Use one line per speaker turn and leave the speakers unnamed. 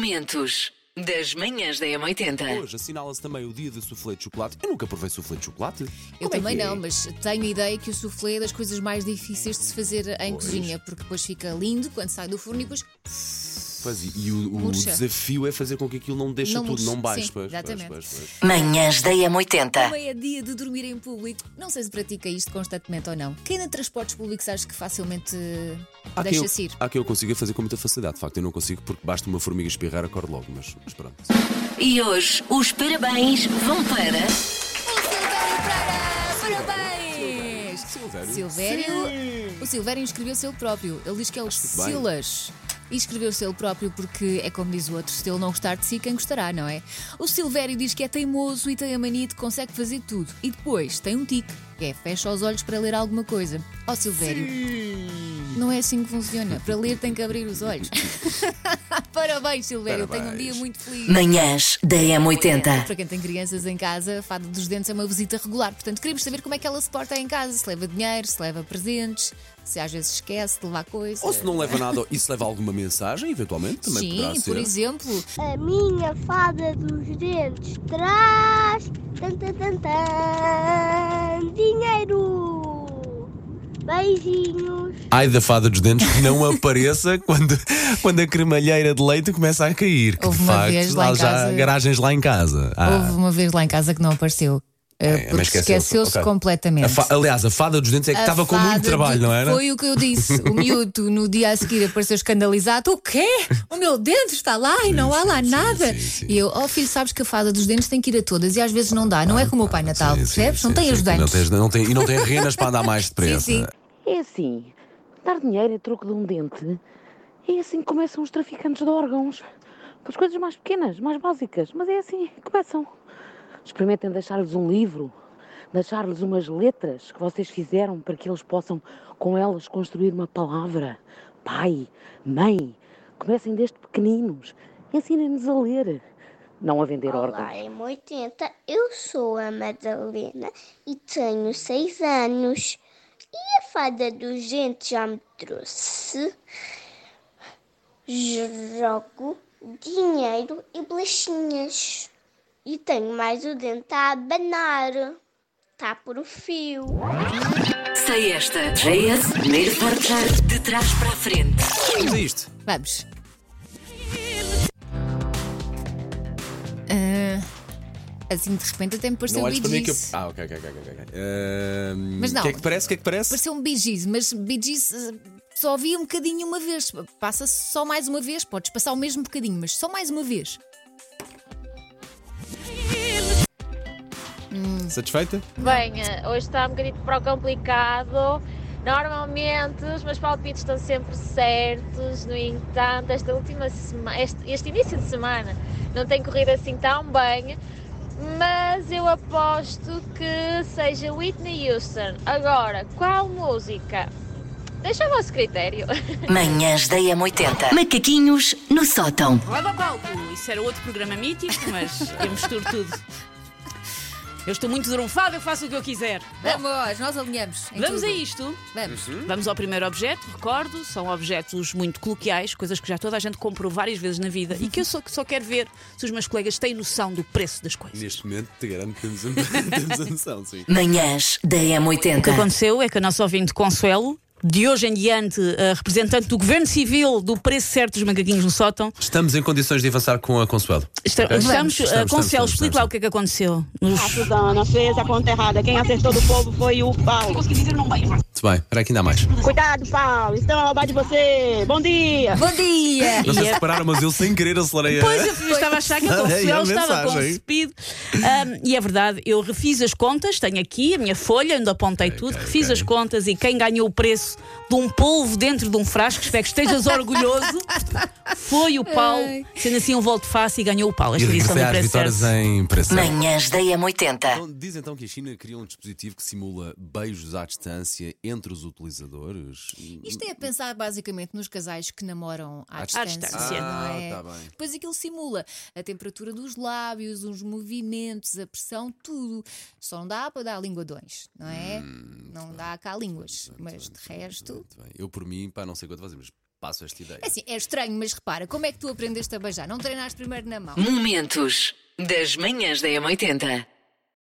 Momentos das manhãs da
É.
M80.
Hoje assinala-se também o dia de soufflé de chocolate. Eu nunca provei soufflé de chocolate.
Eu
Como é
também
que é?
não, mas tenho a ideia que o soufflé é das coisas mais difíceis de se fazer em
Pois.
cozinha, porque depois fica lindo quando sai do forno e depois
Pois, e o, o
Murcha.
desafio é fazer com que aquilo não deixe
Não
tudo,
murche.
não baixe.
Sim,
pois, pois,
exatamente.
pois, pois.
Manhãs da
Ah.
M80.
também é dia de dormir em público. Não sei se pratica isto constantemente ou não. Quem de transportes públicos acho que facilmente
Há quem eu-
deixa-se ir?
Há quem eu consiga fazer com muita facilidade. De facto, eu não consigo porque basta uma formiga espirrar, acordo logo. Mas, mas pronto.
E hoje os parabéns vão para.
O Silvério Pereira! Parabéns!
Silvério.
Silvério, o Silvério inscreveu-se ele próprio. Ele diz que é o
que bem.
Silas. E Inscreveu-se ele próprio porque é como diz o outro: se ele não gostar de si, quem gostará, não é? O Silvério diz que é teimoso e tem a mania de que consegue fazer tudo. E depois tem um tique, que é fecha os olhos para ler alguma coisa. Ó Silvério, não é assim que funciona. Para ler tem que abrir os ollos. Parabéns, Silvério, tenha um
Parabéns.
dia muito feliz.
Manhãs da M80.
Para quem tem crianças em casa, a fada dos dentes é uma visita regular. Portanto, queremos saber como é que ela se porta em casa. Se leva dinheiro, se leva presentes, se às vezes esquece de levar coisas.
Ou se não leva nada, isso leva alguma mensagem, eventualmente, também poderá
Sim,
ser.
por exemplo,
A minha fada dos dentes traz tan, tan, tan, tan, dinheiro. Beijinhos.
Ai da fada dos dentes que não apareça quando, quando a cremalheira de leite começa a cair. Que
Houve
de
uma
facto,
vez lá em
há já
casa-
garagens lá em casa. Ah. É,
houve uma vez lá em casa que não apareceu.
mas
eh, porque
esqueceu-se,
esqueceu-se
ok.
completamente.
A fa- aliás, a fada dos dentes é que
A
estava com muito
fada
trabalho,
de-
não era?
Foi o que eu disse. O miúdo no dia a seguir apareceu escandalizado. O quê? O meu dente está lá e não há lá
sim,
nada.
sim, sim.
E eu, oh filho, sabes que a fada dos dentes tem que ir a todas e às vezes não dá. Não é como o Pai Natal,
Ah, Sim, sim,
percebes?
sim,
não tem
sim,
ajudantes.
sim, não tem- E não tem renas para andar mais depressa.
Sim, sim.
É assim, dar dinheiro a troco de um dente, é assim que começam os traficantes de órgãos. Por coisas mais pequenas, mais básicas, mas é assim que começam. Experimentem deixar-lhes um livro, deixar-lhes umas letras que vocês fizeram para que eles possam, com elas, construir uma palavra. Pai, mãe, comecem desde pequeninos, ensinem-nos a ler, não a vender órgãos.
Olá, M80. Eu sou a Madalena e tenho seis anos. E a fada dos dentes já me trouxe. Jogo, dinheiro e bolachinhas. E tenho mais o dente a abanar. Tá por o fio.
Sei esta. JS, primeiro portar de trás para a frente.
Vamos a isto.
Vamos. Ah, assim, de repente até me pareceu
não olhes para mim
Bee
que eu.
Gees.
Ah, ok, ok, ok. ok, ok. Ahm,
Mas não.
O que é que parece? O que é que parece?
Pareceu um Bee Gees, mas Bee Gees, ah, só ouvi um bocadinho uma vez. Passa-se só mais uma vez, podes passar o mesmo bocadinho, mas só mais uma vez.
Satisfeita?
Bem, eh, hoje está um bocadinho para o complicado. Normalmente os meus palpites estão sempre certos, no entanto, esta última semana, este, este início de semana não tem corrido assim tão bem, mas eu aposto que seja Whitney Houston. Agora, qual música? Deixa ao vosso critério.
Manhãs da M80. Macaquinhos no sótão.
Lava palco! Isso era outro programa mítico, mas eu misturo tudo. Eu estou muito dorunfada, eu faço o que eu quiser.
Vamos, Uhum. nós alinhamos. em
Vamos
tudo.
a isto.
Vamos.
Vamos ao primeiro objeto, recordo, são objetos muito coloquiais, coisas que já toda a gente comprou várias vezes na vida e que eu só, só quero ver se os meus colegas têm noção do preço das coisas.
Neste momento, te garanto que temos a, temos a noção, sim.
Manhãs da
O que
M80.
aconteceu é que a nossa ouvinte Consuelo, de hoje em diante a representante do Governo Civil do preço certo dos macaquinhos no sótão,
Estamos em condições de avançar com a Consuelo.
está- estamos,
Estamos,
eh,
estamos,
Consuelo,
estamos,
explica lá o que é que aconteceu. Nos-
Ah,
Susana, fez a conta errada. Quem acertou do povo foi o Paulo.
Muito bem, para aqui ainda há mais.
Cuidado, Paulo, estão a roubar de você. Bom dia.
Bom dia!
Não sei se repararam, mas eu sem querer acelerei eh, a.
é- Pois eu eu estava a achar que a
Olha aí a
Consuelo estava com
mensagem.
speed. Ahm, e é verdade, eu refiz as contas, tenho aqui a minha folha, ainda apontei tudo,
ok,
refiz
ok.
as contas e quem ganhou o preço de um polvo dentro de um frasco, espero que estejas orgulhoso, foi o Paulo, sendo assim um volto fácil e ganhou o Paulo.
E
Esta edição
regressei
do
às
Preço
vitórias
Certo. é.
em preço.
Manhãs da M80.
Então, diz então que a China criou um dispositivo que simula beijos à distância entre os utilizadores.
Isto é a pensar basicamente nos casais que namoram à,
À
distância.
distância.
não é?
Ah, tá bem.
Depois aquilo simula a temperatura dos lábios, os movimentos, a pressão, tudo. Só não dá para dar linguadões, não é? não dá cá línguas, mas de resto.
Muito bem. Eu, por mim, pá, não sei quanto fazer, mas passo esta ideia.
É assim, é estranho, mas repara, como é que tu aprendeste a beijar? Não treinaste primeiro na mão?
Momentos das manhãs da M80.